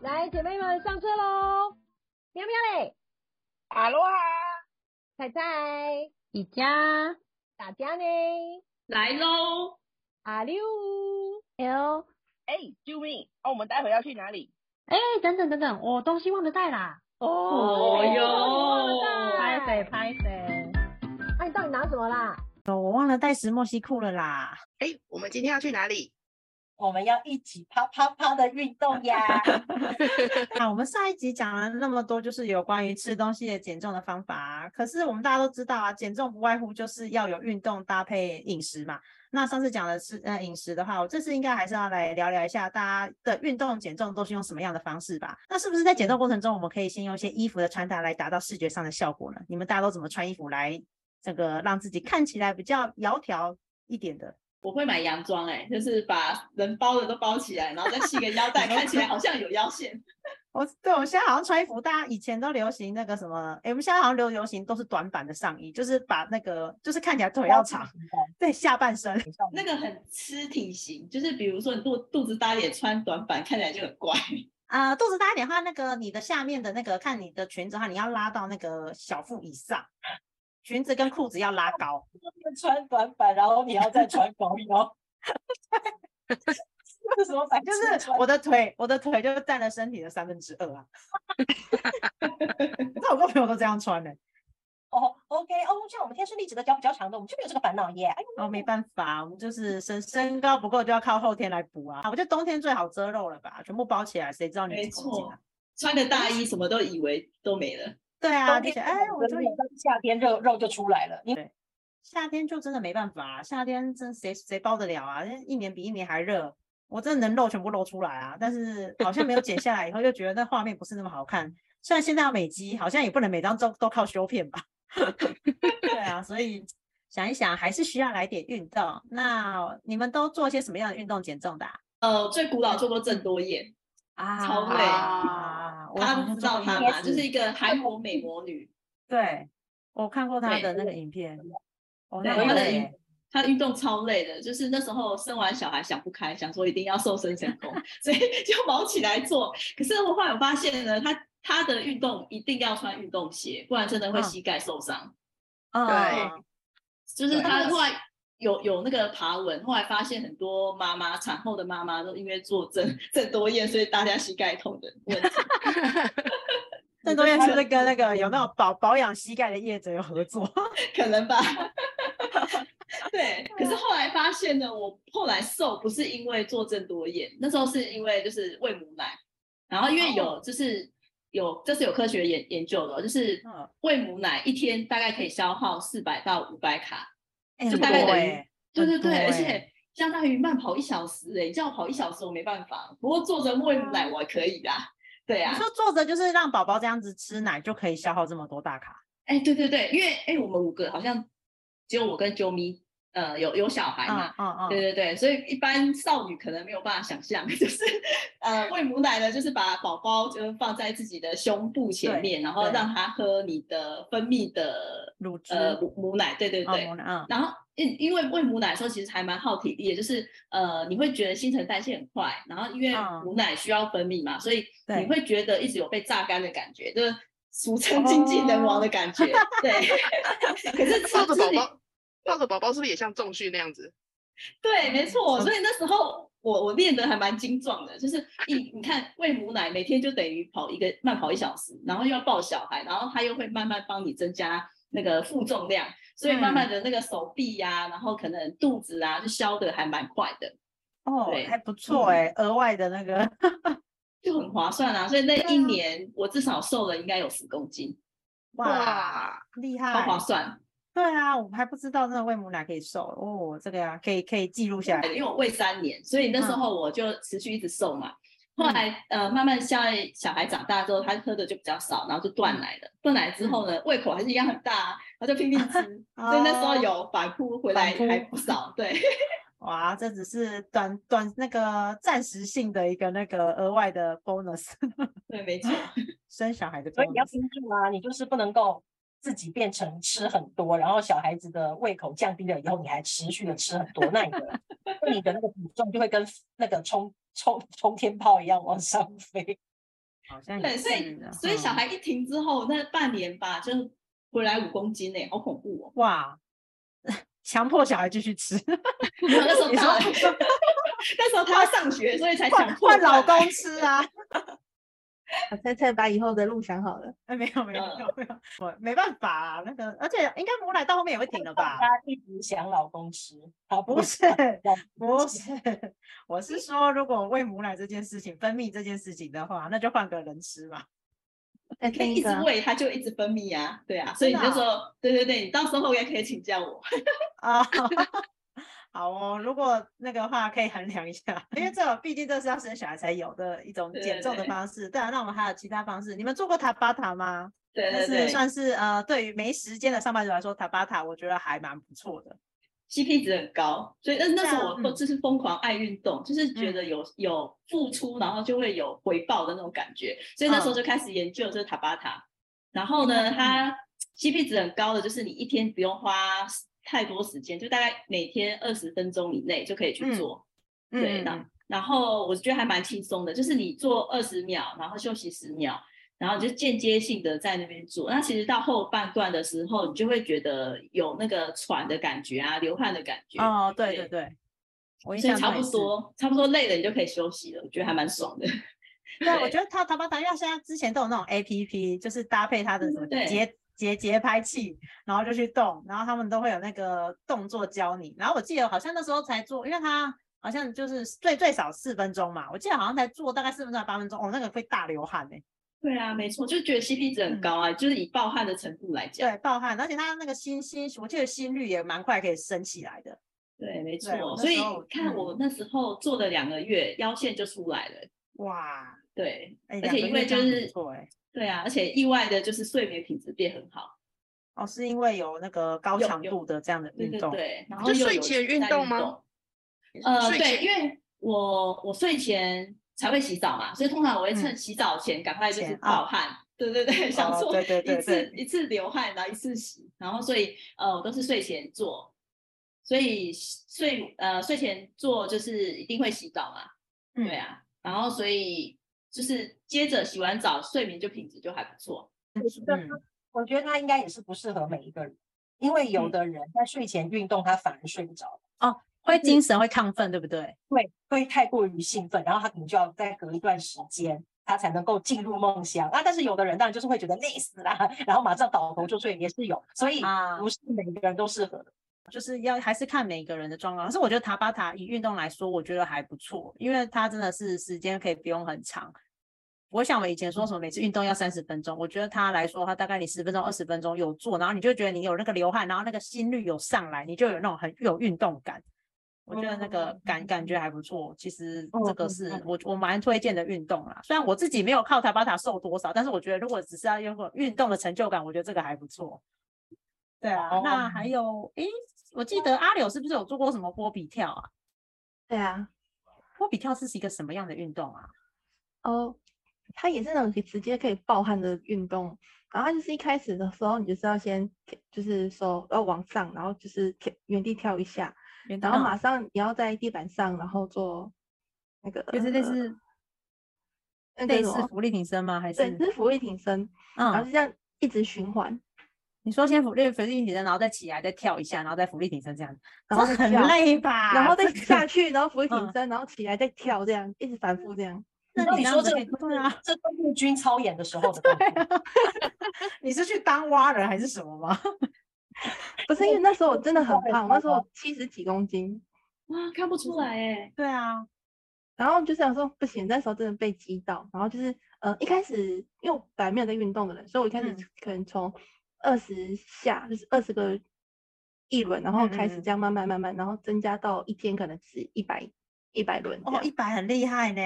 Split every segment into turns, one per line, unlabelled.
来，姐妹们上车喽！喵喵嘞，
阿罗哈，
菜菜，
你家
大家呢？
来喽！
阿六，
L，
哎，救命！哦，我们待会要去哪里？
哎、等等等等，我东西忘了带啦，
哦哟
拍
哎拍
谁
谁？
拍谁？
那你到底拿什么啦？
我忘了带石墨烯裤了啦。
哎，我们今天要去哪里？
我们要一起啪啪啪的运动呀！
啊，我们上一集讲了那么多，就是有关于吃东西的减重的方法啊。可是我们大家都知道啊，减重不外乎就是要有运动搭配饮食嘛。那上次讲的是呃饮食的话，我这次应该还是要来聊聊一下大家的运动减重都是用什么样的方式吧？那是不是在减重过程中，我们可以先用一些衣服的穿搭来达到视觉上的效果呢？你们大家都怎么穿衣服来这个让自己看起来比较窈窕一点的？
我会买洋装，哎，就是把能包的都包起来，然后再系个腰带，看起来好像有腰线。
我哦对我们现在好像穿衣服，大家以前都流行那个什么，诶，我们现在好像流流行都是短版的上衣，就是把那个就是看起来腿要长，对下半身。
那个很吃体型，就是比如说你肚肚子大一点，穿短版看起来就很怪。
啊，肚子大一点的话，那个你的下面的那个看你的裙子的话，你要拉到那个小腹以上，裙子跟裤子要拉高。
穿短版，然后你要再穿高腰。 这是什么版？
就是我的腿，我的腿就占了身体的三分之二啊。 那我跟朋友都这样穿的、
哦，OK，哦，像我们天生丽质的脚比较长的，我们就没有这个烦恼耶。哎呦，
哦，没办法，我们就是身身高不够，就要靠后天来补啊。我觉得冬天最好遮肉了吧，全部包起来，谁知道你
没
几公斤
错
啊？
穿个大衣，什么都以为都没了。
对啊，
冬
就想
天
哎，我哦
就
就
夏天肉肉就出来了。你
夏天就真的没办法、啊，夏天真谁谁包得了啊？一年比一年还热，我真的能露全部露出来啊，但是好像没有剪下来以后，就觉得那画面不是那么好看。虽然现在要美肌，好像也不能每张都都靠修片吧。 对啊，所以想一想，还是需要来点运动。那你们都做些什么样的运动减重的啊？
呃，最古老做过郑多燕，
啊
超累
啊！我
大家
好像
不知道
做
她
过
嘛，就是一个韩国美魔女，
对，我看过他
对
的那个影片。哦，
对
那
她
很
的
累
运
耶。
她的运动超累的，就是那时候生完小孩想不开，想说一定要瘦身成功， 所以就毛起来做。可是我后来我发现呢，她她的运动一定要穿运动鞋，不然真的会
嗯
膝盖受伤。
嗯
就是
对
他后来有有那个爬文，后来发现很多妈妈产后的妈妈都因为做 郑郑多燕，所以大家膝盖痛的问题。
郑多燕是不是跟那个有那种保保养膝盖的业者有合 作？
可能吧。对，可是后来发现呢，我后来瘦不是因为做郑多燕，那时候是因为就是喂母奶，然后因为
哦
有就是有这是有科学研研究的哦，就是
嗯，
喂母奶一天大概可以消耗四百到五百卡，
哎
就
很
大概
多
等于
欸
对对
很多
对，而
欸
且相当于慢跑一小时哎、你叫我跑一小时我没办法，不过坐着喂母奶我还可以的，对
你
啊，
说坐着啊就是让宝宝这样子吃奶就可以消耗这么多大卡
哎对对对，因为哎我们五个好像只有我跟啾咪，呃有有小孩嘛，
啊啊啊！
对对对，所以一般少女可能没有办法想象， 就是呃喂母奶呢，就是把宝宝就是放在自己的胸部前
对
面，然后
对
让他喝你的分泌的
乳汁
呃母母奶，对对
啊
对，
母奶嗯
然后因因为喂母奶的时候，其实还蛮耗体力的，就是呃，你会觉得新陈代谢很快，然后因为
嗯
母奶需要分泌嘛，所以
对哦
你会觉得一直有被榨干的感觉，就是俗称经济能亡的 感觉。对， 可是吃
抱着宝
自己
宝，抱着宝宝是不是也像重训那样子？
对，没错，
嗯
所以那时候我我练得还蛮精壮的，就是一你看喂母奶每天就等于跑一个慢跑一小时，然后又要抱小孩，然后他又会慢慢帮你增加那个负重量，所以慢慢的那个手臂呀、然后可能肚子啊就消得还蛮快的，
哦
对，
还不错哎，额外的那个
就很划算啊。所以那一年我至少瘦了应该有十公斤，
哇，厉
超
害！
划算。
对啊，我还不知道那个喂母奶可以瘦哦，这个呀可以可以记录下来
因为我喂三年，所以那
嗯
时候我就持续一直瘦嘛。后来呃，慢慢下来小孩长大之后，他喝的就比较少，然后就断奶了。断奶之后呢，胃口还是一样很大啊，然后就拼命 吃。所以那时候
嗯哦
有反扑回来
反扑
还不少， 对
哇，这只是短短那个暂时性的一个那个额外的 bonus，
对，没错。
生小孩的
所以你要
bonus。
盯住啊，你就是不能够自己变成吃很多，然后小孩子的胃口 降低了以后，你还持续的吃很多，那你的那你的那个体重就会跟那个冲冲冲天炮一样往上飞。
好像
对，
也
所以
是啊
所以小
嗯
孩一停之后，那半年吧，就回来五公斤呢、好恐怖 哦！
哇，强迫小孩继续吃，
没有那时候
你
大了，
说
那时候他要上学，所以才强
换
迫
换老
换来
公吃啊？
小菜菜把以后的路想好了。
哎，没有没有没
嗯
有没有，我没办法啊，那个，而且应该母奶到后面也会 停 了 吧？
她一直想老公吃，她
不 是
要
不是， 我是说，如果喂母奶这件事情、分泌这件事情的话，那就换个人吃嘛。
再
可
生
以
一
一直
个啊，
喂，它就一直分泌啊，对啊，所以你
哦
那时候，对对对，你到时候也可以请教我。
啊， 好哦，如果那个话可以衡量一下，因为这种毕竟这是要生小孩才有的一种
对
减
对
重的
嗯对
方式。对啊，那我们还有其他方式。你们做过塔巴塔吗？
对
但
对
是
对
算是呃，对于没时间的上班族来说，塔巴塔我觉得还蛮不错的。
，CP 值很高，所以那那时候
对啊
我就是疯狂爱运动，就是觉
嗯
得有有付出，然后就会有回报的那种感觉，所以那时
嗯
候就开始研究这个塔巴塔。然后呢，它 CP 值很高的就是你一天不用花太多时间，就大概每天二十分钟以内就可以去
嗯
做。对
嗯
的。然后我觉得还蛮轻松的，就是你做二十秒，然后休息十秒，然后你就间接性的在那边做。那其实到后半段的时候，你就会觉得有那个喘的感觉啊，流汗的感觉，
哦，对对对，我印
所以
象
差
中也
不
是。
多差不多累了，你就可以休息了。我觉得还蛮爽的。
对，啊我
对
觉得它塔巴塔，因为它现在之前都有那种 A P P，就是搭配它的什么
嗯对
节节节拍器，然后就去动，然后他们都会有那个动作教你。然后我记得好像那时候才做，因为它好像就是最最少四分钟嘛，我记得好像才做大概四分钟还八分钟，哦，那个会大流汗哎、
对啊，没错，就觉得 CP 值很
嗯
高啊，就是以暴汗的程度来讲，
对，爆汗，而且它那个心心，我记得心率也蛮快可以升起来的。
对，没
对
错。
我那
所以
时候
你看
嗯
我那时候做了两个月，腰线就出来了。
哇，
对，
哎，
而
两
且
个
因
月
为
这
就
样很
是
不错哎、
对啊，而且意外的就是睡眠品质变很好。
哦，是因为有那个高
有
强
有
度的这样的
对
运
对
动，
对，然后
就
又
睡
有
前运
在
动吗
呃，
睡
对，
前
因为我我睡前才会洗澡嘛，所以通常我会趁洗澡前赶快就是
前啊
暴汗，对对对，想
哦
做
对对对
一次
对
一次流汗，然后一次洗，然后所以呃我都是睡前做，所以睡呃睡前做就是一定会洗澡嘛，
嗯
对啊，然后所以就是接着洗完澡睡眠就品质就还不错，
嗯，
我觉得她应该也是不适合每一个人，因为有
嗯
的人在睡前运动，他反而睡不着。
会精神会亢奋，对不对？
对，会太过于兴奋，然后他可能就要再隔一段时间，他才能够进入梦乡啊。但是有的人当然就是会觉得累死啦， 然后马上倒头就睡，也是有，所以
啊
不是每个人都适合的。
就是要还是看每个人的状况。可是我觉得塔巴塔以运动来说，我觉得还不错，因为它真的是时间可以不用很长。我想我以前说什么每次运动要三十分钟，我觉得它来说，它大概你十分钟、二十分钟有做，然后你就觉得你有那个流汗，然后那个心率有上来，你就有那种很有运动感。我觉得那个感感觉还不错，其实这个是我我蛮推荐的运动啦。虽然我自己没有靠塔巴塔瘦多少，但是我觉得如果只是要有个运动的成就感，我觉得这个还不错。对啊，那
哦
还有诶，我记得阿柳是不是有做过什么波比跳啊？
对啊，
波比跳是一个什么样的运动啊？
哦，它也是那种可以直接可以暴汗的运动。然后它就是一开始的时候，你就是要先就是手要往上，然后就是跳原地跳一下，然后马
嗯
上你要在地板上，然后做那个
就是类似
呃那个
类
什
似
么
浮力挺身吗？还
对，
是
就是俯卧挺身，然后
嗯
就，这样一直循环，
你说先浮力浮力挺身，然后再起来，再跳一下，然后再浮力挺身这样，
然后
这
再
很
跳
累吧？
然后再
这个
下去，然后俯卧
嗯
挺身，然后起来再跳，这样一直反复这样。
那
那
你
你
这
说
样子可
这个
以
不
对
是
啊，
这都陆军操演的时候的 动作。
你是去当蛙人还是什么吗？
不是因为那时候我真的很胖，那时候
哦
我七十几公斤，
哇，看不出来哎，
对 啊，
然后就想说不行，那时候真的被击倒。然后就是呃，一开始因为我本来没有在运动的人，所以我一开始
嗯
可能从二十下，就是二十个一轮，然后
嗯
开
嗯
始
嗯
这样慢慢慢慢，然后增加到一天可能是一百一百轮这
哦，
样
一，百很厉害呢。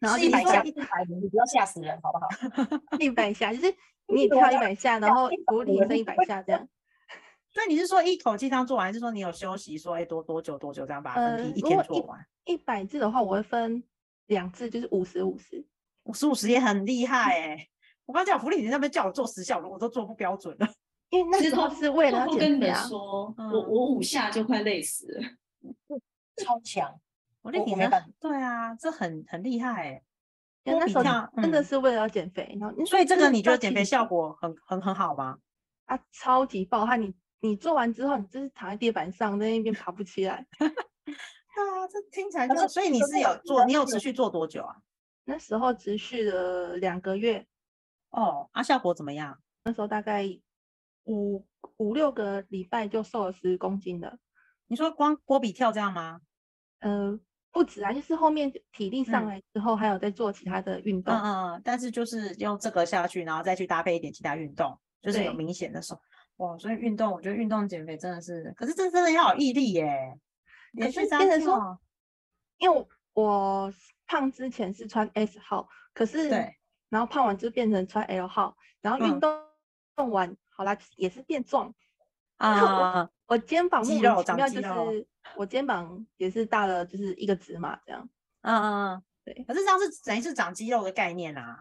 然后
是一百
说
下，
下
一百名，你不要吓死人，好不好？
一百下，就是
不
你
是我
啊
跳一
要
百下，然
讲
后
100
俯卧挺
轮
身一百下这样。
所以你是说一口气这样做完，还是说你有休息说哎多多久多久这样把它分批
呃
一
如
天
果
做完？
一百字的话，我会分两次，就是五十五十。
五十五十也很厉害哎、我刚才讲福利，你那边叫我做十效，我都做不标准了。
因为那
其
时
实
候
偷
是为了啊
偷
要
偷跟你
减肥
们
啊，
说，
嗯
我我五下就快累死了。
超强，
我觉得
我
你
我没
真
办
的对啊，这很很厉害欸
因
多
为那
比
时候
较
真的
嗯
是为了要减肥，然后那
所以这
真的
个嗯你觉
到
得减
体
肥
脂
效果很很很好吗？
啊，超级爆汗！你你做完之后，你就是躺在地板上，在那边爬不起来。
对啊，这听起来
可
就是所以
这
你
个
是
是
有
我记
做，
得
你有
是
持续做多久啊？
那时候持续了两个月，
哦，啊，效果怎么样？
那时候大概五五六个礼拜就瘦了十公斤了。
你说光波比跳这样吗？
呃，不止啊，就是后面体力上
嗯
来之后，还有在做其他的运动。
嗯嗯，嗯但是就是用这个下去，然后再去搭配一点其他运动，就是有
对
明显的瘦。哇，所以运动，我觉得运动减肥真的是，可是这真的要有毅力耶。连
可
续
是
三
变成
跳
说，因为我胖之前是穿 S 号，可是
对，
然后胖完就变成穿 L 号，然后
嗯
运动动完，好啦，也是变重。
啊，
我肩膀
肌
莫
肉
名其
长
妙
肌
就
肉
是我肩膀也是大了，就是一个指嘛，这样
嗯嗯嗯，
对
可是这样是等于是长肌肉的概念啊。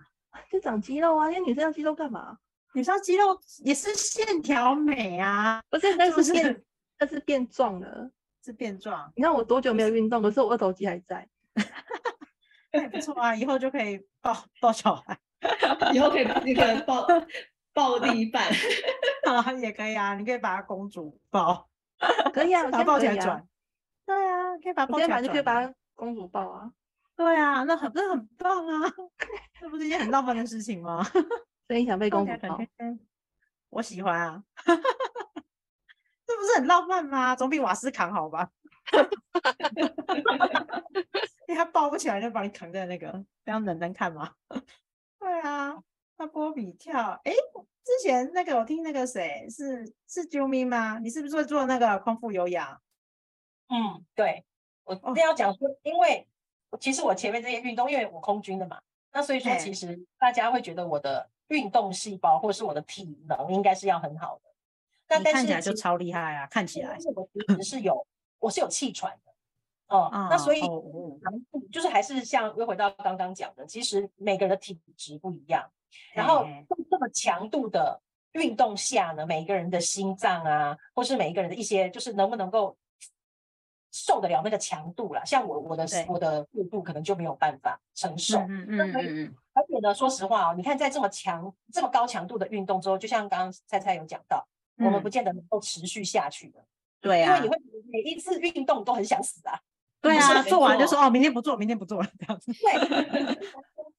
就长肌肉啊。因为女生要肌肉干嘛？
女生肌肉也是线条美啊，
不 是，那
是不
是变
是？
那是变壮了。
是变壮，
你看我多久没有运动，可是我二头肌还在。
那也不错啊，以后就可以抱抱小孩。
以后可以那 个暴暴力办，
啊，也可以啊，你可以把它公主抱，
可 以啊，
把
我
它
肩
抱
膀
起
可
来
以啊，
转。对啊，可以把它抱
我
起
肩
来
膀就可
转
以把
啊。
它公主抱啊。
对啊，那很那很棒啊， 这不是一件很浪漫的事情吗？
所以你想被
抱
公
起
主
来转
抱
圈，圈，我喜欢啊， 这不是很浪漫吗？总比瓦斯扛好吧？ 因为他抱不起来就把你扛在那个，这样能能看吗？ 对啊，那波比跳，诶，之前那个我听那个谁是是 j u m i 吗？你是不是会做那个空腹有氧？
嗯，对，我
哦
这要讲说，因为我其实我前面这些运动，因为我空军的嘛，那所以说
哎
其实大家会觉得我的运动细胞或是我的体能应该是要很好的，那
你
但
看
是
起来就
其
超厉害啊，看起来
但是我其实是有，我是有气喘的，哦、
啊、
那所以
哦哦
强度就是还是像又回到刚刚讲的，其实每个人的体质不一样，然
嘿
后
嘿
在这么强度的运动下呢，每个人的心脏啊，或是每一个人的一些，就是能不能够受得了那个强度啦。像我我的
对
我的腹部可能就没有办法承受，
嗯嗯嗯嗯嗯，
而且呢，说实话哦，你看在这么强、这么高强度的运动之后，就像刚刚菜菜有讲到，我们
嗯
不见得能够持续下去的，
对
因为
啊
你，会每一次运动都很想死啊。
对
不是
啊，
没
做完就
错
说哦，明天不做，明天不做了这样子。
对，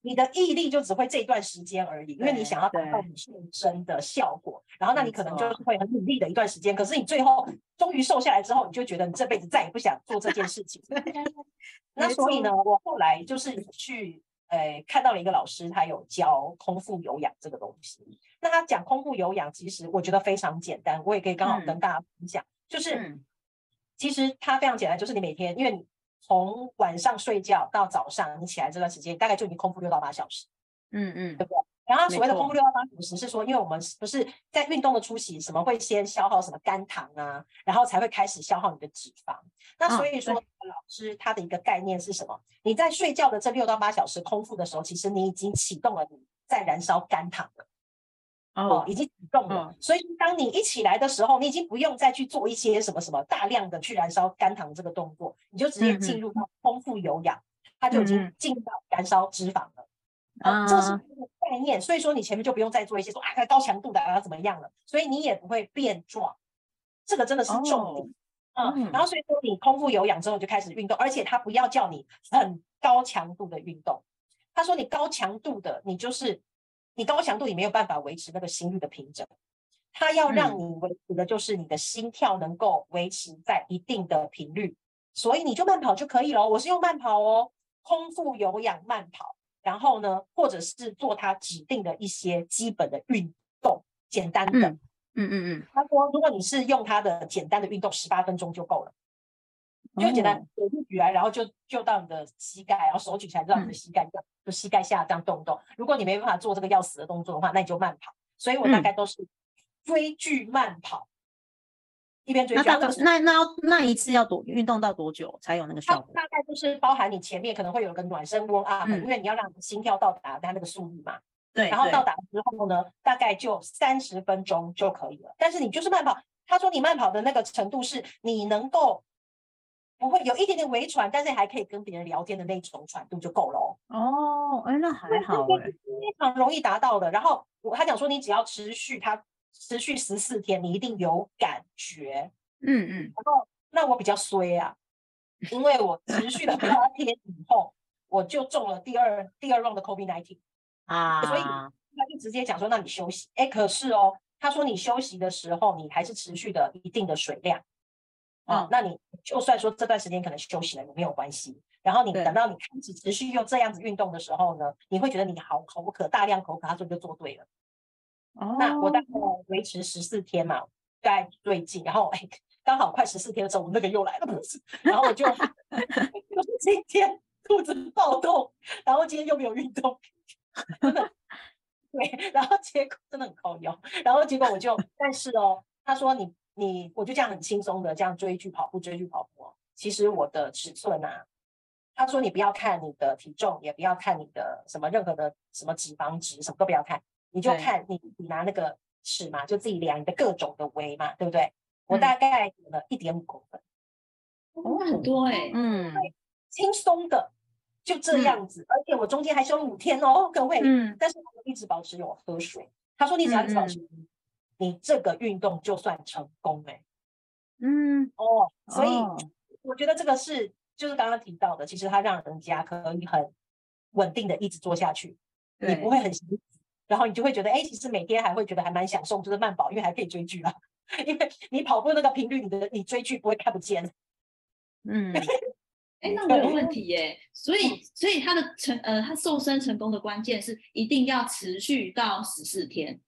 你的毅力就只会这一段时间而已，因为
对
你想要达到
对
你瘦身的效果，然后那
没
你可能
错
就是会很努力的一段时间，可是你最后终于瘦下来之后，你就觉得你这辈子再也不想做这件 事情。那
没
所以呢，我后来就是去。呃，看到了一个老师，他有教空腹有氧这个东西。那他讲空腹有氧，其实我觉得非常简单，我也可以刚好跟
嗯
大家分享，就是、
嗯
其实它非常简单，就是你每天，因为你从晚上睡觉到早上你起来这段时间，大概就已经空腹六到八小时。
嗯嗯，
然后
没
所谓的空
错
腹六到八小时是说，因为我们不是在运动的初期，什么会先消耗什么肝糖啊，然后才会开始消耗你的脂肪。那所
嗯
以说，老师他的一个概念是什么？你在睡觉的这六到八小时空腹的时候，其实你已经启动了你在燃烧肝糖了。哦，
哦
已经启动了
嗯。
所以当你一起来的时候，你已经不用再去做一些什么什么大量的去燃烧肝糖这个动作，你就直接
嗯
进入到空腹有氧，它就
嗯
已经
嗯
进入到燃烧脂肪了。啊，这是
啊
一个概念，所以说你前面就不用再做一些说啊高强度的啊怎么样了，所以你也不会变壮，这个真的是重点。嗯，然后所以说你空腹有氧之后就开始运动，而且他不要叫你很高强度的运动，他说你高强度的你就是你高强度你没有办法维持那个心率的平整，他要让你维持的就是你的心跳能够维持在一定的频率，所以你就慢跑就可以了。我是用慢跑哦，空腹有氧慢跑，然后呢，或者是做他指定的一些基本的运动，简单的。
嗯嗯
他说，如果你是用他的简单的运动，十八分钟就够了，
嗯，
就简单
哦，
手举起来，然后就就到你的膝盖，然后手举起来就到你
嗯
的膝盖这样，就膝盖下这样动一动。如果你没办法做这个要死的动作的话，那你就慢跑。所以我大
嗯
概都是追剧慢跑，一边追
那
剧，
大
这
概
个是
那那要那一次要多运动到多久才有那个
它
效果？
大概就是包含你前面可能会有一个暖身 warm up，、
嗯
因为你要让你的心跳到达它那个速率嘛。
对，
然后
对
到达之后呢，大概就三十分钟就可以了。但是你就是慢跑，他说你慢跑的那个程度是你能够不会有一点点微喘，但是还可以跟别人聊天的那种喘度就够了哦。
哦，哎，那还好哎、
非常容易达到的。然后我他讲说，你只要持续它持续十四天，你一定有感觉。
嗯嗯，
那我比较衰啊，因为我持续了八天以后，我就中了第二第二 round 的 COVID nineteen。
啊，
所以他就直接讲说，那你休息。哎，可是哦，他说你休息的时候，你还是持续的一定的水量。啊、
嗯
那你就算说这段时间可能休息了，你没有关系。然后你
对
等到你开始持续用这样子运动的时候呢，你会觉得你好口渴，大量口渴。他说你就做对了。
哦
那我大概维持十四天嘛，在最近，然后哎，刚好快十四天的时候，我那个又来了， 不是然后我就哎就是今天肚子暴动，然后今天又没有运动，真的对，然后结果真的很靠腰，然后结果我就，但是哦，他说你你，我就这样很轻松的这样追剧跑步，追剧跑步哦、其实我的尺寸啊，他说你不要看你的体重，也不要看你的什么任何的什么脂肪值，什么都不要看，你就
对
看你你拿那个尺嘛，就自己量你的各种的围嘛，对不对？我大
嗯
概有了一点五公分，
哦，很多哎、
嗯
轻松的就这
嗯
样子，而且我中间还休了五天哦，各位，
嗯
但是我一直保持有喝水。他说你只要一直保持，你这个运动就算成功哎、
嗯，
哦，所以
哦
我觉得这个是就是刚刚提到的，其实它让人家可以很稳定的一直做下去，你
对
不会很辛苦，然后你就会觉得哎，其实每天还会觉得还蛮享受，就是慢跑，因为还可以追剧啦。因为你跑步那个频率，你的你追剧不会看不见。
嗯，
哎，那我有问题耶。所以，所以他的成呃，他瘦身成功的关键是一定要持续到十四天，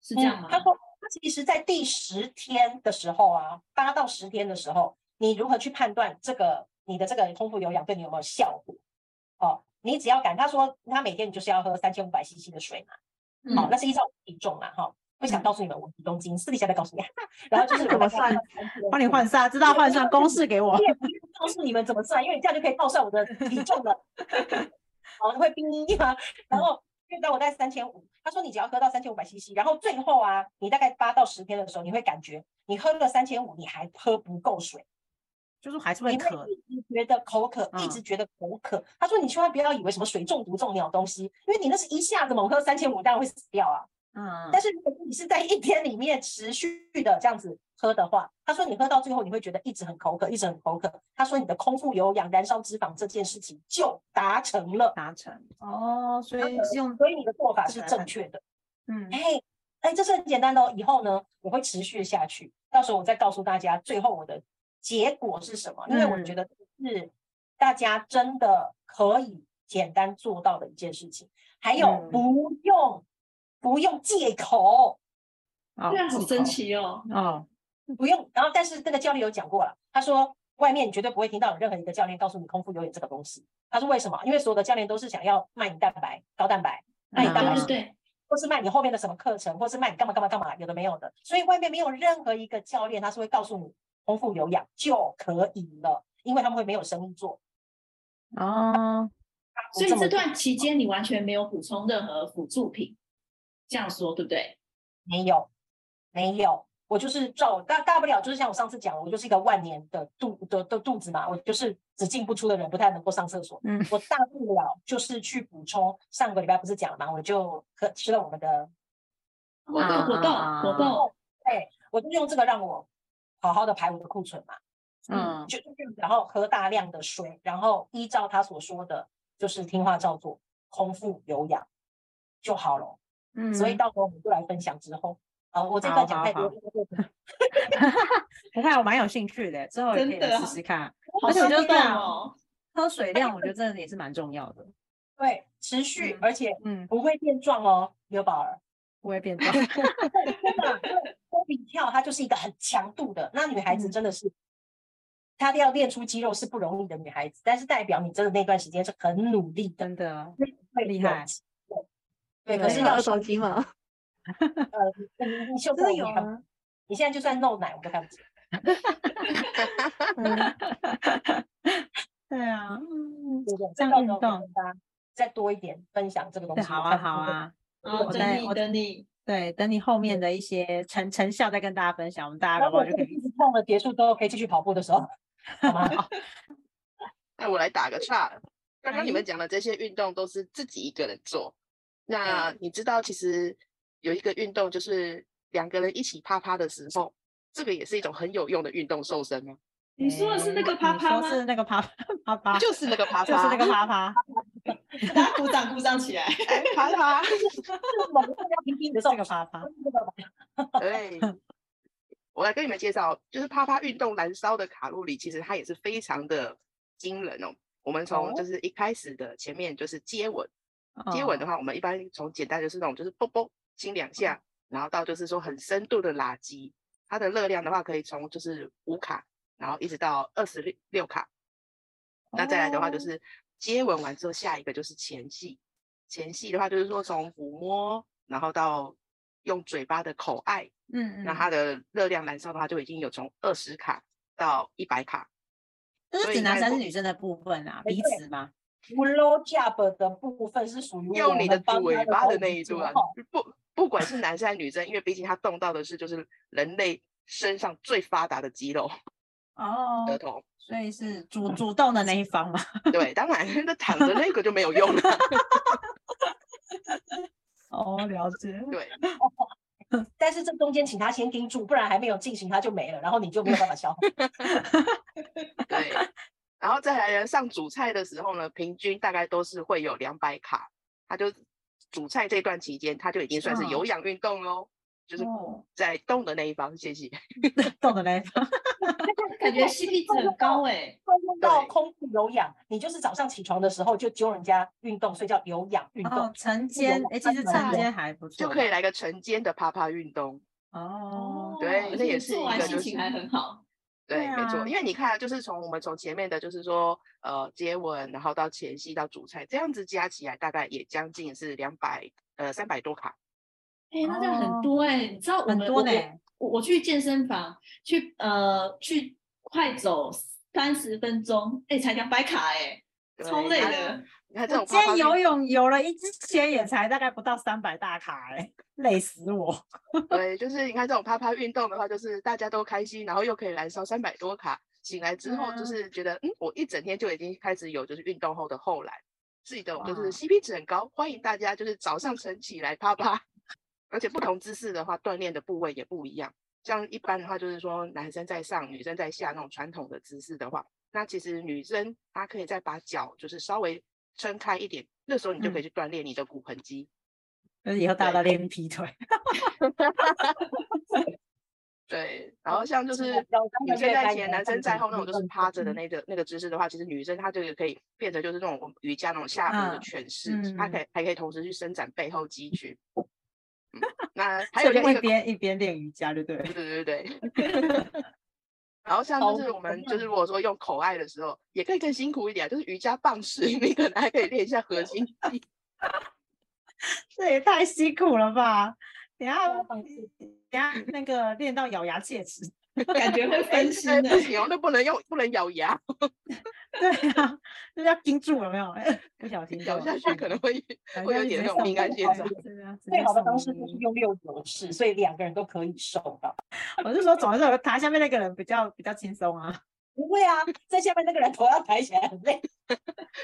是这样吗？
他说，他其实在第十天的时候啊，八到十天的时候，你如何去判断这个你的这个空腹有氧对你有没有效果？哦，你只要敢，他说他每天你就是要喝三千五百 CC 的水嘛，
嗯
好、那是依照体重嘛，哈、不想告诉你们我几公斤，私底下再告诉你。然后就是
怎么
我大概
算
帮你换算，知道换算公式给我
我。也不用告诉你们怎么算，因为你这样就可以报算我的体重了。 好，会冰一啊，然后因为当我在三千五，他说你只要喝到三千五百 CC，然后最后啊，你大概八到十天的时候，你会感觉你喝了三千五，你还喝不够水，
就是还是会
你会
渴，
一直觉得口渴，一
嗯
直觉得口渴。他说你千万不要以为什么水中毒这种鸟东西，因为你那是一下子猛喝三千五，当然会死掉啊。
嗯，
但是如果你是在一天里面持续的这样子喝的话，他说你喝到最后你会觉得一直很口渴，一直很口渴。他说你的空腹有氧燃烧脂肪这件事情就达成了，
达成哦，所以是用
所以你的做法
这
是
个来
正
判
确的。
嗯
哎哎，这是很简单的哦。以后呢，我会持续下去，到时候我再告诉大家最后我的结果是什么，因为我觉
嗯
得是大家真的可以简单做到的一件事情。还有
嗯
不用、不用借口。
哦
对啊，好
忌
神
口
奇哦。
哦，
不用。然后，但是那个教练有讲过了，他说外面你绝对不会听到有任何一个教练告诉你空腹有氧这个东西。他说为什么？因为所有的教练都是想要卖你蛋白、高蛋白，那你当
啊对
然
对
是
对，
或是卖你后面的什么课程，或是卖你干嘛干嘛干嘛，有的没有的。所以外面没有任何一个教练他是会告诉你空腹有氧就可以了，因为他们会没有生意做。
哦，
他不
所以这
么做
段期间你完全没有补充任何辅助品，这样说对不对？
没有，没有，我就是照大大不了就是像我上次讲的，我就是一个万年的肚的的肚子嘛，我就是只进不出的人，不太能够上厕所。
嗯，
我大不了就是去补充，上个礼拜不是讲了嘛，我就喝吃了我们的，
果
啊
冻，果冻
啊，
果
啊
冻，
对我就用这个让我好好的排我的库存嘛，
嗯
就然后喝大量的水，然后依照他所说的，就是听话照做，空腹有氧就好了。
嗯，
所以到时候我们就来分享之后。啊，我这段
好
讲
好
太多
好
了，因为
不哎会，我蛮有兴趣的，之后也可以
真的
来
啊
试试看。
好
而且我
激
觉得
动
对啊
哦。
喝水量，我觉得真的也是蛮重要的。
对，持续，
嗯
而且
嗯，
不会变壮哦，刘宝儿。
不会 变壮。
真的，啊因为波比跳它就是一个很强度的，那女孩子
嗯
真的是，她要练出肌肉是不容易的，女孩子，但是代表你真的那段时间是很努力的，
真的，
会
厉
有
害
肌肉。对，可
对
是
啊
要
二手机 嘛，
呃，你你秀
真的
你
有
看不
啊。
你现在就算露奶，我都看不见。
嗯
对啊，嗯，
对不对？
这样
到
运
时候我跟
动
大家再多一点分享这个东
对，
西。
好
我
啊，
看
好
会不会
啊，
好，
我
等
在
你
我
等你，
对，等你后面的一些成成效再跟大家分享，我们大家
然
搞不
后
好
哦
我
就
这
可
个
以
肚子痛了结束之后，可以继续跑步的时候， 好吗？
那哎我来打个岔。刚刚你
哎
们讲的这些运动都是自己一个人做，那你知道其实有一个运动就是两个人一起啪啪的时候，这个也是一种很有用的运动瘦身吗？
你说的是那个
嗯你
啪啪
说
吗？
是那个啪啪啪啪，
就是那个啪啪，
啊就是那个啪啪，
大家 鼓掌鼓掌起来。
哎啪啪，
我们要平平的时候
这，个啪啪。
这个
对。哎我来跟你们介绍，就是啪啪运动燃烧的卡路里，其实它也是非常的惊人哦。我们从就是一开始的前面就是接吻，接吻的
话，
话，我们一般从简单就是那种就是啵啵亲两下，然后到就是说很深度的拉击，它的热量的话可以从就是五卡，然后一直到二十六六卡。那再来的话就
哦
是接吻完之后，下一个就是前戏。前戏的话就是说从抚摸，然后到用嘴巴的口爱，
嗯嗯，
那它的热量燃烧的话就已经有从二十卡到一百卡。
这是
所
指
以
男
在
生
我
是女生的部分啊，
没
彼
错
此嘛。
blow job 的部分是属于我
用你的
们帮他
嘴巴
口
的
语
那一
说
哦
段
话，
不不管是男生还是女生，因为毕竟他动到的是就是人类身上最发达的肌肉——
哦
额头。
所以是主主动的那一方嘛。
对，当然那躺着那个就没有用了。
哦，了解。
对，
但是这中间请他先盯住，不然还没有进行他就没了，然后你就没有办法消 化。
对，然后再来呢，上主菜的时候呢，平均大概都是会有两百卡，他就主菜这段期间，他就已经算是有氧运动喽，就是
嗯哦，
在动的那一方，谢谢。
动的那一方。
感觉 CP 值很高哎、
会用到
对
空腹有氧，你就是早上起床的时候就揪人家运动，所以叫有氧运动。
哦，晨
是有
间，
的
哎，其
专
实
门
晨
有
间还不错。
就可以。来个晨间的啪啪运动，
哦。
对
而
那
且
也
你
是
做
一
完
个
心
就
情
是
还很好。
对，
对
没
啊
错，因为你看啊，就是从我们从前面的，就是说，呃，接吻，然后到前戏到主菜，这样子加起来大概也将近是两百，呃，三百多卡。
哎、那这样
哦
很多哎、你知道我
很
们
多
我
呢
我我去健身房去呃去快走三十分钟，哎、才两百卡哎、
对
超累。
那
的。
你看这种
我今
啪啪
天游
运，
泳游了一之前也才大概不到三百大卡，哎，累死我。
对，就是你看这种啪啪运动的话，就是大家都开心，然后又可以燃烧三百多卡，醒来之后
嗯
就是觉得，嗯，我一整天就已经开始有就是运动后的后来，是的，就
哇
是 CP 值很高，欢迎大家就是早上晨起来啪啪，而且不同姿势的话，锻炼的部位也不一样。像一般的话，就是说男生在上，女生在下那种传统的姿势的话，那其实女生她可以再把脚就是稍微撑开一点，那时候你就可以
嗯
去锻炼你的骨盆肌。
就是以后大
对
家都练劈腿。
对，然后像就
这个
是
比较当
女
然
生
越
在
干
前，
越
男生
干
在
净
后那种
越
就是
干
趴着
净
的那个那个姿势的话，其实女生她就也可以变成就是那种我们瑜伽那种下腹的
嗯
诠释，她可
嗯
以还可以同时去伸展背后肌群。嗯那还有
所以
另
就
外一
一
个
边一边练瑜伽，对不对了？
对对对。然后像
好
就是我们就是如果说用口爱的时候，也可以更辛苦一点啊，就是瑜伽棒式， 你可能还可以练一下核心肌。
这也太辛苦了吧！等下
对啊放弃
等下那个练到咬牙切齿。
感觉会
哎
分心
哎
的、
不行哦，那不能用，不能咬牙，
对啊，就是要盯住有没有？哎不小心
咬
就
下去可能会
咬
会
下
有
去
点那
直接
种
送
敏感
医
现
院
象。
对啊，直
最
接
好的
送
方式就
医
是用六九式，所以两个人都可以瘦到。
我是说，总是有台下面那个人比较比较轻松啊。
不会啊，在下面那个人头要抬起来很累。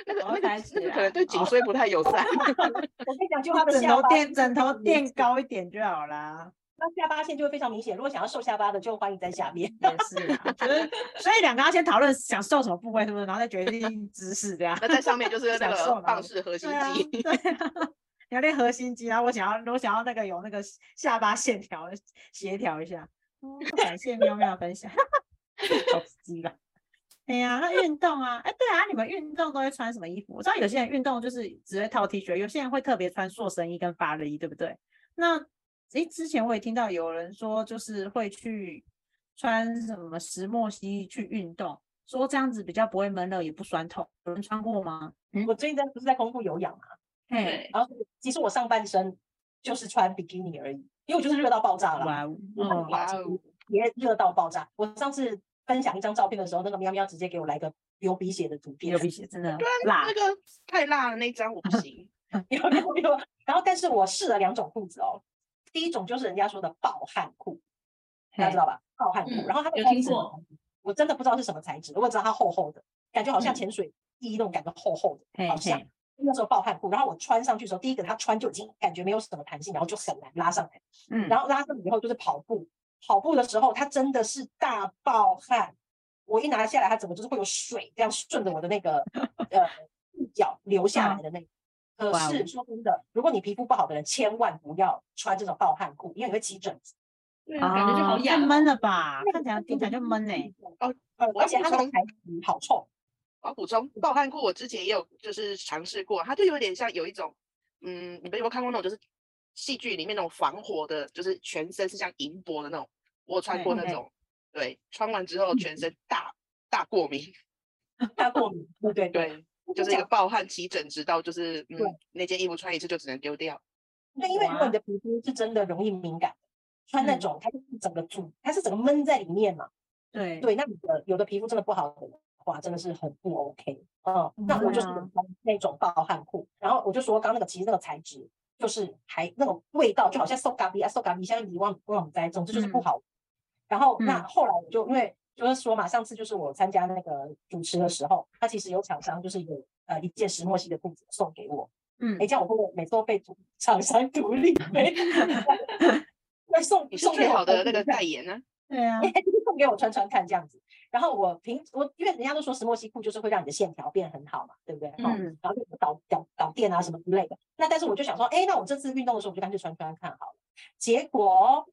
那个
然后
那个
开
那
始
个可能
啊
对颈椎不太友善。
我跟你讲，就他的
枕
下
头
巴
垫枕头
垫
垫，高一点就好啦。
那下巴线就会非常明显。如果想要瘦下巴的，就欢迎在下面。
也是啊，就是 所以两个要先讨论想瘦什么部位，是不是？然后再决定姿势这样。
那在上面就是那
享受
个
啦
棒式核心
对啊，
肌。
对啊，你要练核心肌，然后我想要，我想要那个有那个下巴线条协调一下。哦感谢喵喵的分享，好刺激了。哎呀，那运动啊，哎，对啊，你们运动都会穿什么衣服？我知道有些人运动就是只会套 T 恤，有些人会特别穿塑身衣跟发热衣，对不对？那诶，之前我也听到有人说，就是会去穿什么石墨烯去运动，说这样子比较不会闷热，也不酸痛。有人穿过吗？
我最近在不是在空腹有氧嘛，
嘿，
对，
然后其实我上半身就是穿比基尼而已，因为我就是热到爆炸了。
哇哦，
我
嗯
看 哇，
哇哦
也热到爆炸。我上次分享一张照片的时候，那个喵喵直接给我来个流鼻血的图片，
流 鼻血真的辣
那个太辣了，那一张我不行。
有有有。然后，但是我试了两种裤子哦，第一种就是人家说的暴汗裤，大家
嘿
知道吧？暴汗裤，
嗯
然后它的
有
材
听
质
过
我真的不知道是什么材质，我只知道它厚厚的，感觉好像
嗯
潜水衣那种感觉厚厚的，
嘿
好像
嘿
那时候暴汗裤。然后我穿上去的时候，第一个它穿就已经感觉没有什么弹性，然后就很难拉上来。
嗯
然后拉上以后就是跑步，跑步的时候它真的是大暴汗，我一拿下来，它整个就是会有水这样顺着我的那个呃脚流下来的那个。可
嗯哇哦
是说真的，如果你皮肤不好的人，千万不要穿这种暴汗裤，因为你会起疹子。
对啊，感觉就好
哦
痒
太
哦。
闷了吧？看起来听起来就闷欸呢、
哦，呃，
我
而且
补
它的
充
材质好臭。
我要补充，暴汗裤我之前也有就是尝试过，它就有点像有一种，嗯，你们有没有看过那种就是戏剧里面那种防火的，就是全身是像银箔的那种，我有穿
对
过那
对
种，对，穿完之后全身大大过敏，
大过敏，对对对，
对， 就是一个
讲
暴汗起疹，直到就是嗯
对
那件衣服穿一次就只能丢掉，
对，因为如果
哇
你的皮肤是真的容易敏感，穿那
嗯
种它就是整个组，它是整个闷在里面哦嘛。
对
对，那你的有的皮肤真的不好的话，真的是很不 OK。嗯，那我就是
对啊
有穿那种暴汗裤，然后我就说刚刚那个其实那个材质就是还那种味道，就好像 s o g a b 啊 s o g a b 像遗忘忘栽，总之就是不
嗯
好。然后那
嗯
后来我就因为就是说嘛，上次就是我参加那个主持的时候，他其实有厂商就是有呃一件石墨烯的裤子送给我，
嗯
哎，这样我会不会每次都被 主厂商独立？ 那送
你是
送给
最
我
好的
穿
那个
看
代言呢，
对啊，
哎，就是送给我穿穿看这样子。然后我平我因为人家都说石墨烯裤就是会让你的线条变很好嘛，对不对？哦
嗯
然后就搞搞搞电啊什么之类的。那但是我就想说，哎，那我这次运动的时候我就干脆穿穿看好了。结果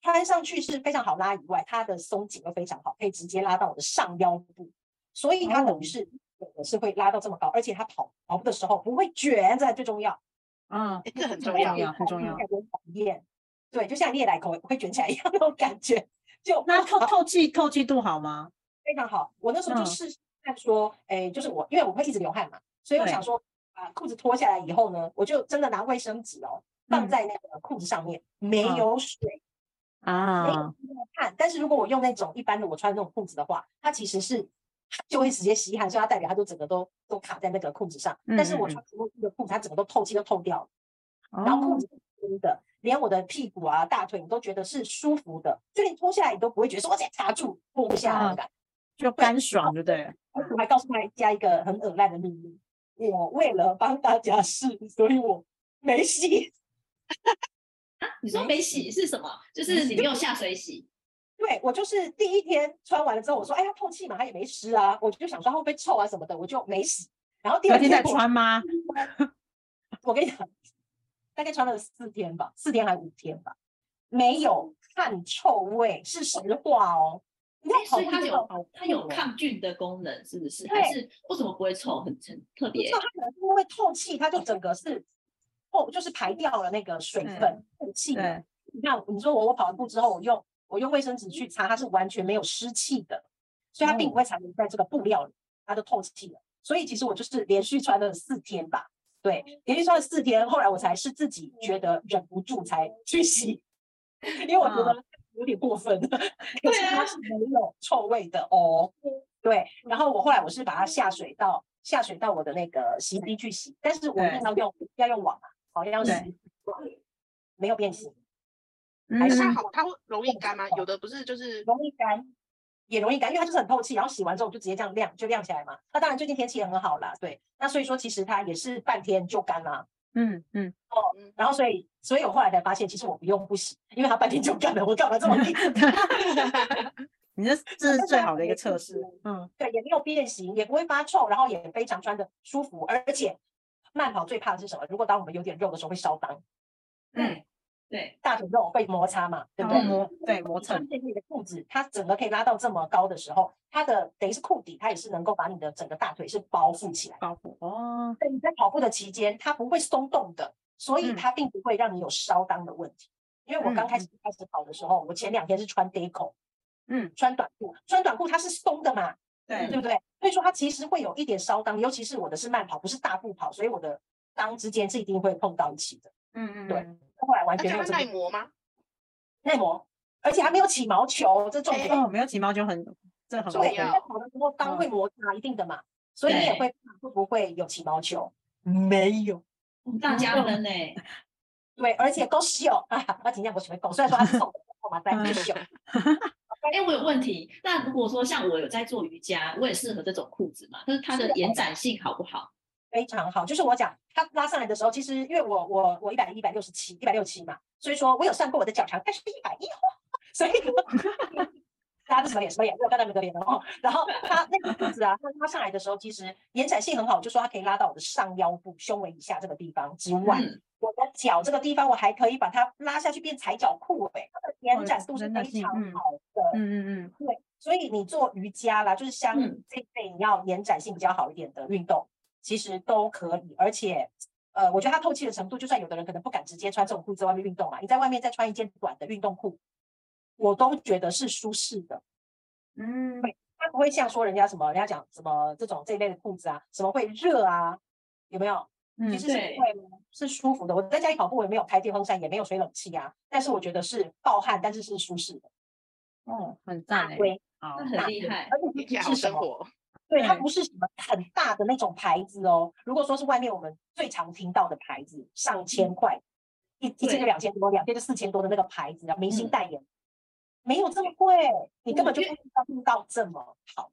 穿上去是非常好拉以外，它的松紧又非常好，可以直接拉到我的上腰部，所以它
哦
等于是。我是会拉到这么高，而且它跑跑步的时候不会卷，这才最重要。
嗯，
哎，这很
就
重
会
要
让你
要很
跑
重
步
要
感觉很讨厌，对，就像你也来口会卷起来一样那种感觉。就
那
好
透透气透气度好 吗？
非常好。我那时
嗯
候就试试看说，哎、就是我因为我会一直流汗嘛，所以我
对
想说，把裤子脱下来以后呢，我就真的拿卫生纸哦放
嗯
在那个裤子上面，没
嗯
有水，没有
啊，
汗。但是如果我用那种一般的我穿那种裤子的话，它其实是。就会直接吸汗，所以它代表它就整个都都卡在那个裤子上。但是我
嗯嗯嗯
穿什么的裤子，它整个都透气都透掉了，然后裤
哦，
子是松的，连我的屁股啊、大腿，我都觉得是舒服的，就连脱下来你都不会觉得说我在卡住脱不下
嗯
来的感觉
就干爽就对了，
我还告诉大家一个很恶烂的秘密，我为了帮大家试，所以我没洗。
你说没洗是什么？就是你没有下水洗，
对我就是第一天穿完了之后，我说哎呀透气嘛，它也没湿啊，我就想说它会不会臭啊什么的，我就没洗。然后第
隔
二
天
天嗯
再
我，
穿吗？
我跟你讲，大概穿了四天吧，四天还五天吧，没有汗臭味，是实话哦。你看
哎所以
跑步
它
真的
有
好
它有
酷哦
抗菌的功能，是不是？
对
还是为什么不会臭？很很特
不
别
知道。它可能是因为透气，它就整个是透，就是排掉了那个水
对
分透气了。
对，
那你说我我跑完步之后，我用我用卫生纸去擦，它是完全没有湿气的，所以它并不
哦
会残留在这个布料里，它都透气了。所以其实我就是连续穿了四天吧，
哦
对，连续穿了四天，后来我才是自己觉得忍不住才去洗，因为我觉
嗯
得有点过分了。可是
啊
它是没有臭味的哦，
嗯
对。然后我后来我是把它下水到下水到我的那个洗衣机去洗，但是我一定
对
要用要用网嘛，啊好要洗
对
网，没有变形。
嗯
还
哎它
是
好，它会容易干吗？有的不是 就是
容易干，也容易干，因为它就是很透气，然后洗完之后就直接这样晾就晾起来嘛。那当然最近天气也很好啦，对，那所以说其实它也是半天就干啦。
嗯嗯，
嗯
然后所以所以我后来才发现，其实我不用不洗，因为它半天就干了，我干嘛这么
你 这这是最好的一个测试，嗯，
对，也没有变形，也不会发臭，然后也非常穿的舒服，而且慢跑最怕的是什么？如果当我们有点肉的时候会烧伤，
对对，
大腿肉被摩擦嘛，对
然
不
后
对？
磨对磨
你穿
蹭，
这件的裤子，它整个可以拉到这么高的时候，它的等于是裤底，它也是能够把你的整个大腿是包覆起来。
包袱哦，
对，你在跑步的期间，它不会松动的，所以
嗯
它并不会让你有烧裆的问题。因为我刚开始开始跑的时候，我前两天是穿 Deco，
嗯，
穿短裤，穿短裤它是松的嘛，对
对，
不对？所以说它其实会有一点烧裆，尤其是我的是慢跑，不是大步跑，所以我的裆之间是一定会碰到一起的。
嗯嗯
对
嗯，
后来完
那
全
它
没有
会
这
耐
个
磨吗？
耐磨，而且还没有起毛球，这重
哎
点。
哦，没有起毛就很，这很
所以
OK，
你在
要
跑的时候，
嗯
裆会摩擦一定的嘛，所以你也
对
会怕会不会有起毛球？没有。
大加分哎呢。
对，而且够秀啊！我尽量不喜欢狗，虽然说它是送的，我嘛在就秀。
哎，我有问题。那如果说像我有在做瑜伽，我也适合这种裤子嘛？但是它的延展性好不好？
非常好，就是我讲，它拉上来的时候，其实因为我我我一百一百六十七，一百六七嘛，所以说我有算过我的脚长，但是一百一， 所以大家都什么脸什么脸，我看到每个脸的哦。然后它那个裤子啊，它拉上来的时候，其实延展性很好，就说它可以拉到我的上腰部、胸围以下这个地方之外，
嗯
我的脚这个地方，我还可以把它拉下去变踩脚裤、欸，哎，它的延展度是
哦真的
非
是
常
嗯
好的。
嗯嗯
对，所以你做瑜伽啦，就是像
嗯
这一类你要延展性比较好一点的运动，其实都可以。而且，呃，我觉得它透气的程度，就算有的人可能不敢直接穿这种裤子在外面运动啊，你在外面再穿一件短的运动裤，我都觉得是舒适的。
嗯嗯，
它不会像说人家什么，人家讲什么这种这一类的裤子啊，什么会热啊，有没有？其
嗯
实是
对
会是舒服的。我在家里跑步，我也没有开电风扇，也没有吹冷气啊，但是我觉得是暴汗，但是是舒适的。嗯，
很赞哎，
对，
好
那，很厉害。
而且
听起来
是
好
什
生
么
活。
对，它
对
不是什么很大的那种牌子哦。如果说是外面我们最常听到的牌子，上千块，一一千
对
就两千多，两千就四千多的那个牌子，啊然后明星
嗯
代言，没有这么贵，你根
嗯
本就
因
不知道用到这么好。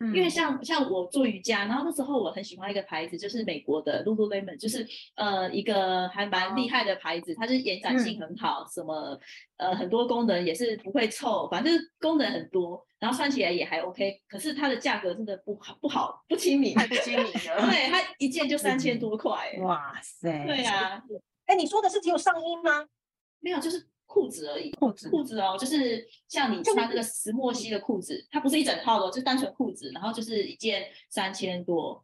因
因为像像我做瑜伽，然后那时候我很喜欢一个牌子，就是美国的 Lululemon，就是呃一个还蛮厉害的牌子，它就是延展性很好，什么呃很多功能也是不会臭，反正就是功能很多，然后穿起来也还 OK，可是它的价格真的不好不好不亲民，
太不精明 了。
对，它一件就三千多块、欸，
哇塞，
对啊，
哎，你说的是只有上衣吗？
没有就是裤子而已。
裤子
裤子哦，就是像你穿那个石墨烯的裤子，它不是一整套的哦，就单纯裤子，然后就是一件三千多，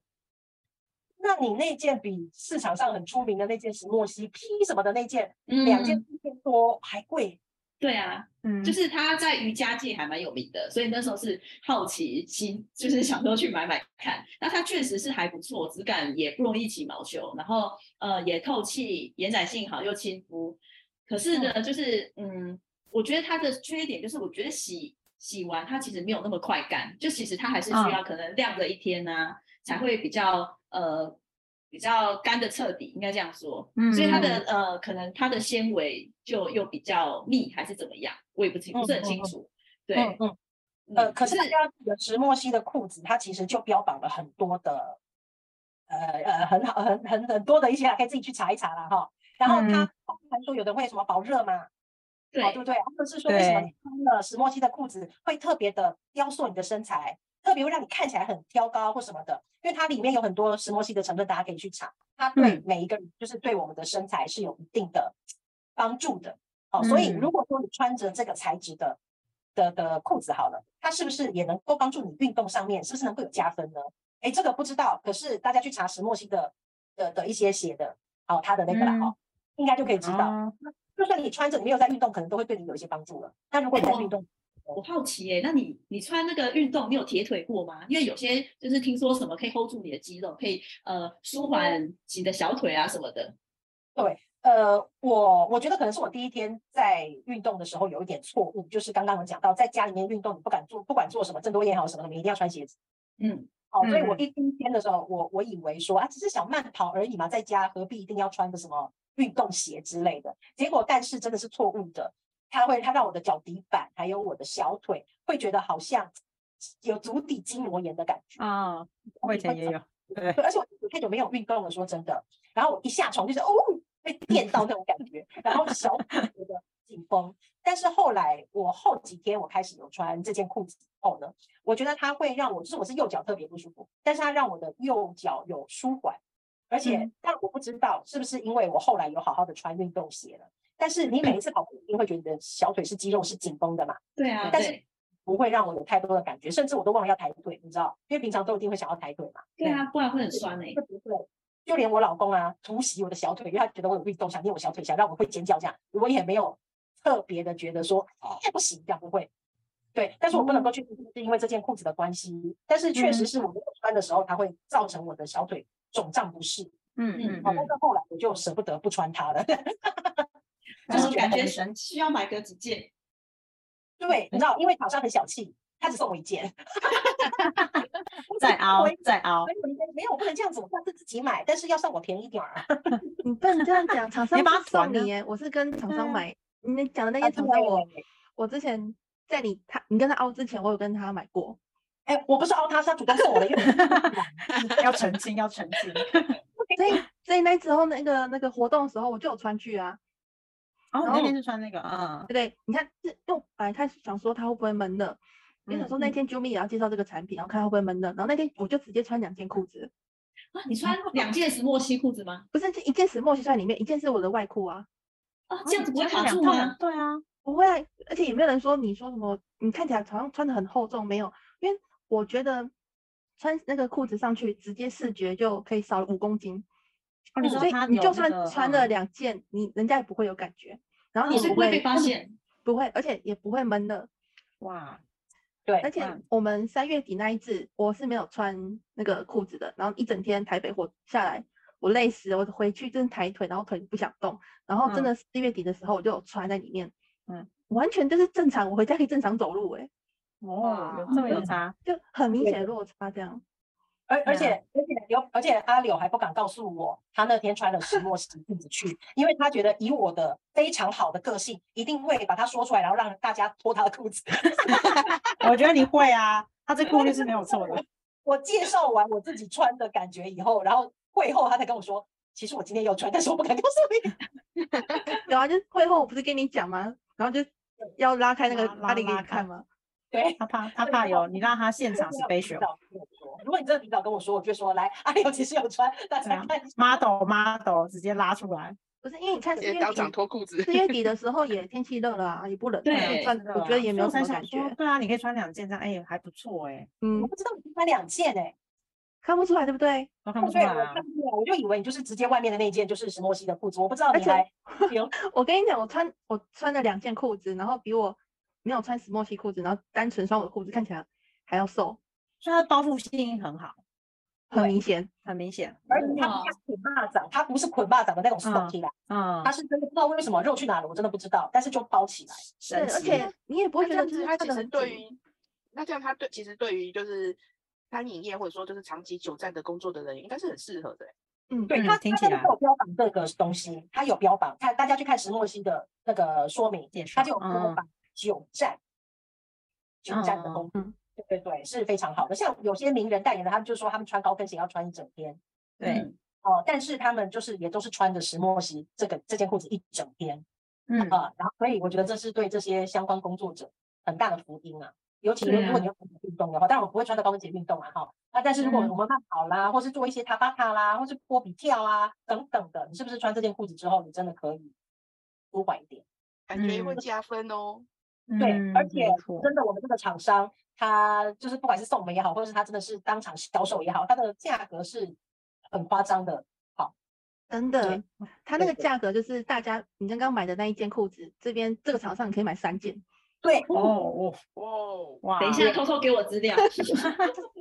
那你那件比市场上很出名的那件石墨烯 P 什么的那件，
嗯
两件四千多还贵，
对啊，
嗯
就是他在瑜伽界还蛮有名的，所以那时候是好奇心，就是想说去买买看。那它确实是还不错，质感也不容易起毛球，然后呃也透气，延展性好又亲肤。可是呢，就是嗯，我觉得它的缺点就是，我觉得洗洗完它其实没有那么快干，就其实它还是需要可能晾个一天呐、才会比较呃比较干的彻底，应该这样说。
嗯
所以它的呃，可能它的纤维就又比较密还是怎么样，我也不清不是很清楚。对，
嗯嗯。呃，可是大家要记得石墨烯的裤子，它其实就标榜了很多的，呃呃，很好，很很很多的一些啊，可以自己去查一查啦哈。然后它
嗯
包含说有的会什么保热嘛，哦对
对
不对？或者是说为什么
对
你穿了石墨烯的裤子会特别的雕塑你的身材，特别会让你看起来很挑高或什么的，因为它里面有很多石墨烯的成分，大家可以去查，它对
嗯
每一个人就是对我们的身材是有一定的帮助的。哦，所以
嗯
如果说你穿着这个材质的的的裤子好了，它是不是也能够帮助你运动上面，是不是能够有加分呢？哎，这个不知道，可是大家去查石墨烯的的的一些写的，哦，它的那个啦，
嗯
哦，应该就可以知道。
哦
就算你穿着你没有在运动，可能都会对你有一些帮助了。但如果你在
哎我
哦
运动，
我好奇耶、那你你穿那个运动，你有铁腿过吗？因为有些就是听说什么可以 hold 住你的肌肉，可以呃舒缓你的小腿啊什么的。
呃，我我觉得可能是我第一天在运动的时候有一点错误，就是刚刚我讲到，在家里面运动，你不敢做，不管做什么，郑多燕好什么什么，你一定要穿鞋子。
嗯，
哦，所以我
嗯
一第一天的时候，我我以为说啊，只是想慢跑而已嘛，在家何必一定要穿个什么运动鞋之类的？结果但是真的是错误的，它会它让我的脚底板还有我的小腿会觉得好像有足底筋膜炎的感觉。
啊，我以前也有，对，
对，而且我太久没有运动了，说真的。然后我一下床就是哦，被电到那种感觉，然后小腿觉得紧绷。但是后来我后几天我开始有穿这件裤子后呢，我觉得它会让我，就是我是右脚特别不舒服，但是它让我的右脚有舒缓，而且
嗯
但我不知道是不是因为我后来有好好的穿运动鞋了。但是你每一次跑步，一定会觉得你的小腿是肌肉是紧绷的嘛？
对啊，
但是
对
不会让我有太多的感觉，甚至我都忘了要抬腿，你知道，因为平常都一定会想要抬腿嘛。
对啊，不然会很酸哎、
会不会？就连我老公啊，突袭我的小腿，因为他觉得我有运动，想捏我小腿，想让我会尖叫这样，我也没有特别的觉得说哎不行这样不会。对，但是我不能够确定是因为这件裤子的关系，但是确
哦
实
嗯
是我没有穿的时候，它会造成我的小腿肿胀不适。
嗯嗯
哦，但
嗯，
是后来我就舍不得不穿它了。
就
就是
是
觉得
感觉
很
需需要买个几件。
对，你知道，因为厂商很小气，他只送我一件。
再
我只送我
凹
一件
再凹
所，以我就觉得没有，我不能这样子，我下次自己买，但是要算我便宜点儿。
你不能这样讲， 厂商
把它
不送
还了
你耶，我是跟厂
对
商
啊
买，你讲的那
啊
些厂商我
对
我之前。在你他你跟他凹之前，我有跟他买过。
哎、我不是凹他，是他主动送我的，因为我 嗯
要澄清，要澄 清。
所以所以那时候那个那个活动的时候，我就有穿去啊。
哦，你
然
那天
后
是穿那个
哦
啊？
对，你看，是因为我本来开始想说他会不会闷热，因为想说那
嗯
天 Jumi 也要介绍这个产品，然后看他会不会闷热。然后那天我就直接穿两件裤子，
啊，你穿两件石墨烯裤子吗？
不是一件是墨西在里面，一件是我的外裤啊。
啊，这样子不会卡
穿两
住
套两
吗？
对啊，
不会啊，而且也没有人说你说什么，你看起来好像穿的很厚重，没有，因为我觉得穿那个裤子上去，直接视觉就可以少了五公斤，
哦你
嗯
说
所以
他
你
有
就
那
算
个
穿了
嗯
两件，你人家也不会有感觉，
啊
然后
你
也
是
不
不会
会
被发，现。
不会，而且也不会闷热。
嗯哇，
对，
而且
嗯
我们三月底那一次，我是没有穿那个裤子的，然后一整天台北火下来，我累死了，我回去真的抬腿，然后腿不想动，然后真
嗯
的四月底的时候我就有穿在里面，
嗯，
完全就是正常，我回家可以正常走路、欸，
哦，有
哇
这么有
嗯
差，
就很明
对
显的落差这样。
而而
嗯
且而且有，而且阿柳还不敢告诉我，他那天穿了石墨烯裤子去，因为他觉得以我的非常好的个性，一定会把它说出来，然后让大家脱他的裤子。
我觉得你会啊，他这顾虑是没有错的。
我介绍完我自己穿的感觉以后，然后会后他才跟我说，其实我今天有穿，但是我不敢告诉你。
有啊，就是会后我不是跟你讲吗？然后就要拉开那个
拉拉
拉链给
拉
你看
开
吗？
对，
他怕他
对
怕
然
有
后
你让他现场
你 要提
special
早跟我说如果你真的提早跟我说，我就会说来，阿柳其实有穿，大
对
家
啊
看一下。
model model 直接拉出来，
不是，因为你看四
也
月
当场
底，
脱裤子
四，月底的时候也天气热了啊，也 不冷，
对
也算
真的
我觉
啊
得也没有
所以
什
我才
么感
想说
觉，
对啊，你可以穿两件这样，哎，还不错哎，
我
嗯，
不知道你穿两件哎、
看不出来对不对？
都看不出
对，
来
哦我
啊
看。不出来，我就以为你就是直接外面的那一件就是石墨烯的裤子，我不知道
而
你
且
还有
我跟你讲，我穿我穿了两件裤子，然后比我没有穿石墨烯裤子，然后单纯穿我的裤子看起来还要瘦，
所以他的包覆性很好，
很
对
明显。
很明显。
而且它
哇
不是捆蚂蚱，它不是捆蚂蚱的那种
嗯
松起来，
哦嗯
它，是真的不知道为什么肉去哪了，我真的不知道，但是就包起来。
对，
神
而
奇。
且你也不
那
会
这
觉得
样子
就是穿
其
的
实
很
对
紧。
于，那这样他对其实对于就是餐饮业或者说就是长期久站的工作的人，应该是很适合的欸。
嗯，
对
嗯
它，
听
它
起
真的
来
都有标榜这个东西，它有标榜，看大家去看石墨烯的那个说明
介，绍
它就有标
嗯
榜久站，久站的
嗯
工作，对对对，是非常好的。像有些名人代言的，他们就说他们穿高跟鞋要穿一整天，
对，
哦、但是他们就是也都是穿着石墨烯这个这件裤子一整天。
嗯，
啊，然后所以我觉得这是对这些相关工作者很大的福音啊。尤其
对
如果你
啊
要运动的话，当然我不会穿着高跟鞋运动啊，哈。啊，但是如果
嗯
我们慢跑啦，或是做一些塔巴塔啦，或是波比跳啊等等的，你是不是穿这件裤子之后，你真的可以舒缓一点？
感觉会
嗯
加分哦。
对，而
嗯
且
没错
真的，我们这个厂商，他就是不管是送我们也好，或者是他真的是当场销售也好，它的价格是很夸张的。
真的，它那
对
个
对
价格就是大家你刚刚买的那一件裤子，这边这个厂商你可以买三件。
对，
哦，我
哇哦，
哇，
等一下，偷偷给我资 料。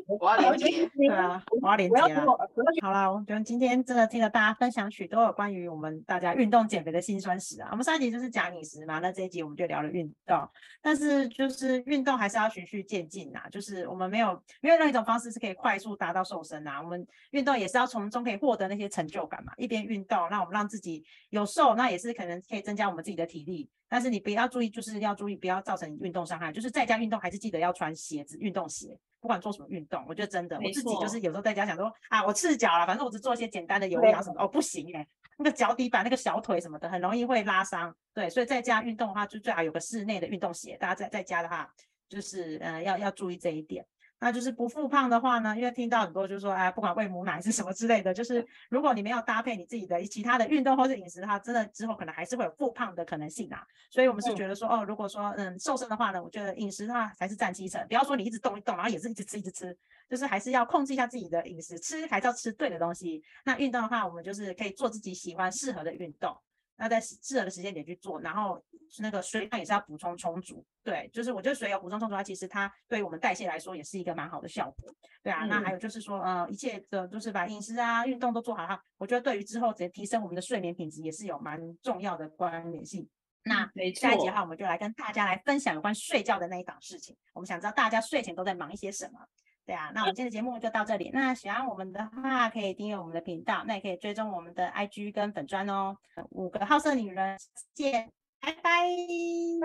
我要
我
连
觉
接
得。
对啊，我要连
我要
接
给
了。
我我要
好啦，我觉得今天真的听了大家分享许多有关于我们大家运动减肥的辛酸史啊。我们上一集就是讲饮食嘛，那这一集我们就聊了运动，但是就是运动还是要循序渐进呐、就是我们没有没有任何一种方式是可以快速达到瘦身啊。我们运动也是要从中可以获得那些成就感嘛，一边运动，那我们让自己有瘦，那也是可能可以增加我们自己的体力。但是你不要注意，就是要注意不要造成运动伤害。就是在家运动还是记得要穿鞋子，运动鞋，不管做什么运动，我觉得真的我
没
自己就
错
是有时候在家想说啊，我赤脚了，反正我只做一些简单的有
对
氧什么的，哦不行哎、那个脚底板、那个小腿什么的，很容易会拉伤。对，所以在家运动的话，就最好有个室内的运动鞋。大家在在家的话，就是呃要要注意这一点。那就是不复胖的话呢，因为听到很多就是说，哎，不管喂母奶是什么之类的，就是如果你没有搭配你自己的其他的运动或是饮食的话，真的之后可能还是会有复胖的可能性啊。所以我们是
嗯
觉得说，哦，如果说嗯瘦身的话呢，我觉得饮食的话还是占七成，不要说你一直动一动，然后也是一直吃一直吃，就是还是要控制一下自己的饮食，吃还是要吃对的东西。那运动的话，我们就是可以做自己喜欢适合的运动，那在适适合的时间点去做，然后那个水量也是要补充充足。对，就是我觉得水有补充充足，它其实它对于我们代谢来说也是一个蛮好的效果。对啊，那还有就是说，呃，一切的就是把饮食啊、运动都做好哈，我觉得对于之后直接提升我们的睡眠品质也是有蛮重要的关联性。那
没错
下一节的话，我们就来跟大家来分享有关睡觉的那一档事情。我们想知道大家睡前都在忙一些什么。对啊，那我们今天的节目就到这里。那喜欢我们的话，可以订阅我们的频道，那也可以追踪我们的 IG 跟粉砖哦。呃五个好色女人见。拜拜，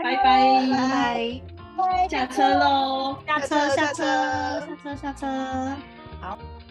拜拜，
拜拜。
下车喽。
下车，
下
下
车
车，下车，下车。